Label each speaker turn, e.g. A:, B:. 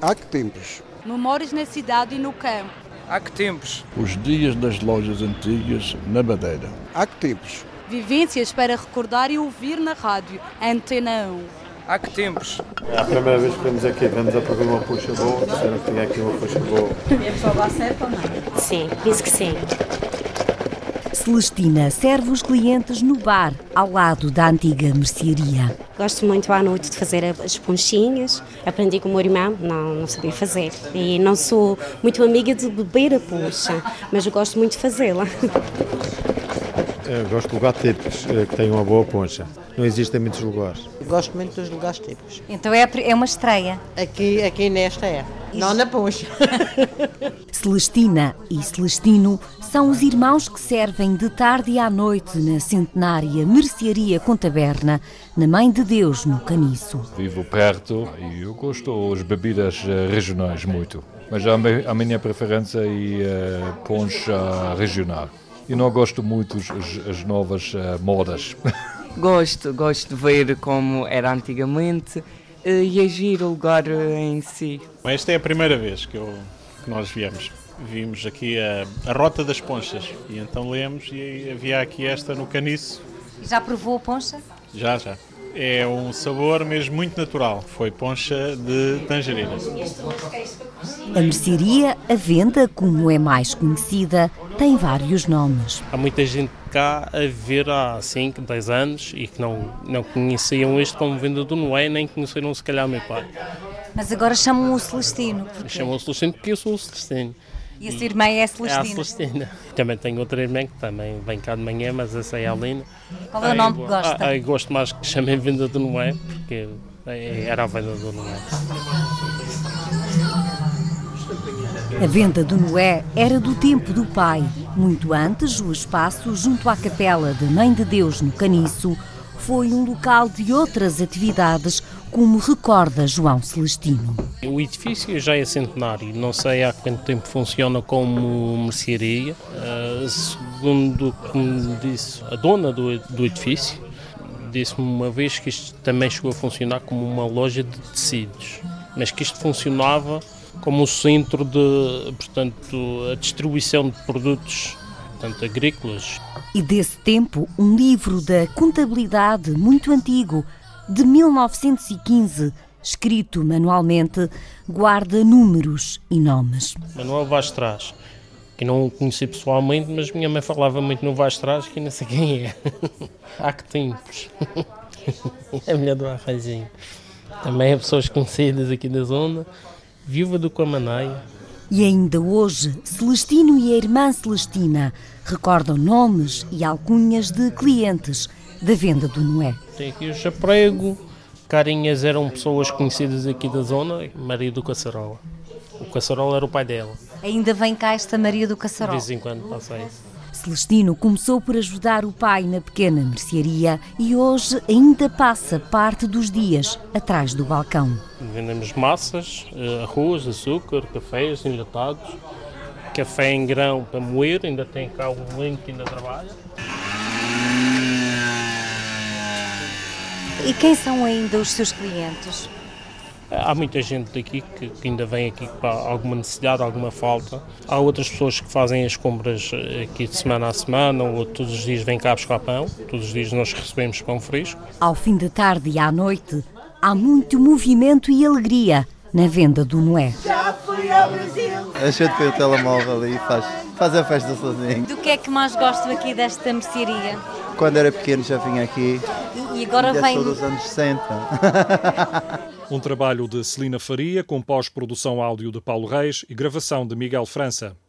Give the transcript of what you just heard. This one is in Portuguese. A: Há que tempos?
B: Memórias na cidade e no campo.
C: Há que tempos?
D: Os dias das lojas antigas na Madeira.
A: Há que tempos?
B: Vivências para recordar e ouvir na rádio. Antena 1.
C: Há que tempos?
E: É a primeira vez que vemos aqui, vemos a programa Puxa Boa, disseram que tinha aqui uma Puxa Boa.
F: E a pessoa lá certa ou não?
G: Sim, penso que sim.
H: Celestina serve os clientes no bar, ao lado da antiga mercearia.
G: Gosto muito à noite de fazer as ponchinhas. Aprendi com o meu irmão, não, não sabia fazer. E não sou muito amiga de beber a poncha, mas gosto muito de fazê-la.
E: É, Eu gosto de lugar tipos, é, que tem uma boa poncha. Não existem muitos lugares.
I: Eu gosto muito dos lugares tipos.
J: Então é, é uma estreia?
I: Aqui, aqui nesta é. Isso. Não na poncha.
H: Celestina e Celestino são os irmãos que servem de tarde e à noite na centenária Mercearia com Taberna, na Mãe de Deus, no Caniço.
K: Vivo perto Ah, e eu gosto das bebidas eh, regionais muito, mas a minha preferência é poncha regional. E não gosto muito as novas eh, modas.
L: Gosto, gosto de ver como era antigamente eh, e agir o lugar eh, em si.
M: Esta é a primeira vez que, eu, que nós viemos. Vimos aqui a, a, Rota das Ponchas e então lemos e havia aqui esta no caniço.
J: Já provou a poncha?
M: Já, já. É um sabor mesmo muito natural. Foi poncha de tangerina.
H: A mercearia, a venda, como é mais conhecida, tem vários nomes.
N: Há muita gente cá a ver há 5, 10 anos e que não, não conheciam este como vendedor, não é? Nem conheceram se calhar meu pai.
J: Mas agora chamam-o Celestino.
N: Chamam-o Celestino porque eu sou o Celestino.
J: E a sua irmã é a Celestina?
N: É a Celestina. Também tenho outra irmã que também vem cá de manhã, mas essa é a Alina.
J: Qual é o nome que gosta?
N: Ai, Ah, gosto mais que chamem Venda do Noé, porque é, era a Venda do Noé.
H: A venda do Noé era do tempo do pai. Muito antes, o espaço junto à capela da Mãe de Deus no Caniço foi um local de outras atividades, como recorda João Celestino.
N: O edifício já é centenário, não sei há quanto tempo funciona como mercearia. Uh, segundo como disse a dona do, do edifício, disse-me uma vez que isto também chegou a funcionar como uma loja de tecidos, mas que isto funcionava como o centro de, portanto, a distribuição de produtos, tanto agrícolas.
H: E desse tempo, um livro da contabilidade muito antigo, de 1915, escrito manualmente, guarda números e nomes.
N: Manuel é Vaz Trás, que não o conheci pessoalmente, mas minha mãe falava muito no Vaz Trás, que não sei quem é. Há que tempos. é a mulher do Arrazinho. Também há pessoas conhecidas aqui da zona. Viva do Camanaia.
H: E ainda hoje, Celestino e a irmã Celestina recordam nomes e alcunhas de clientes da venda do Noé.
N: Tem aqui o Chaprego, Carinhas eram pessoas conhecidas aqui da zona, Maria do Caçarola. O Caçarola era o pai dela.
J: Ainda vem cá esta Maria do Caçarola?
N: De vez em quando passa isso.
H: Celestino começou por ajudar o pai na pequena mercearia e hoje ainda passa parte dos dias atrás do balcão.
N: Vendemos massas, arroz, açúcar, cafés enlatados, café em grão para moer, ainda tem cá o link que ainda trabalha.
J: E quem são ainda os seus clientes?
N: Há muita gente daqui que, que, ainda vem aqui para alguma necessidade, alguma falta. Há outras pessoas que fazem as compras eh, aqui de semana a semana ou todos os dias vêm cá buscar pão. Todos os dias nós recebemos pão fresco.
H: Ao fim da tarde e à noite há muito movimento e alegria na venda do Noé.
O: Já fui ao Brasil!
E: Deixa de ter o telemóvel ali e faz, faz a festa sozinho.
J: Do que é que mais gosto aqui desta mercearia?
E: Quando era pequeno já vinha aqui.
J: E, e agora vem...
E: Sou dos anos 60.
P: Um trabalho de Celina Faria, com pós-produção áudio de Paulo Reis e gravação de Miguel França.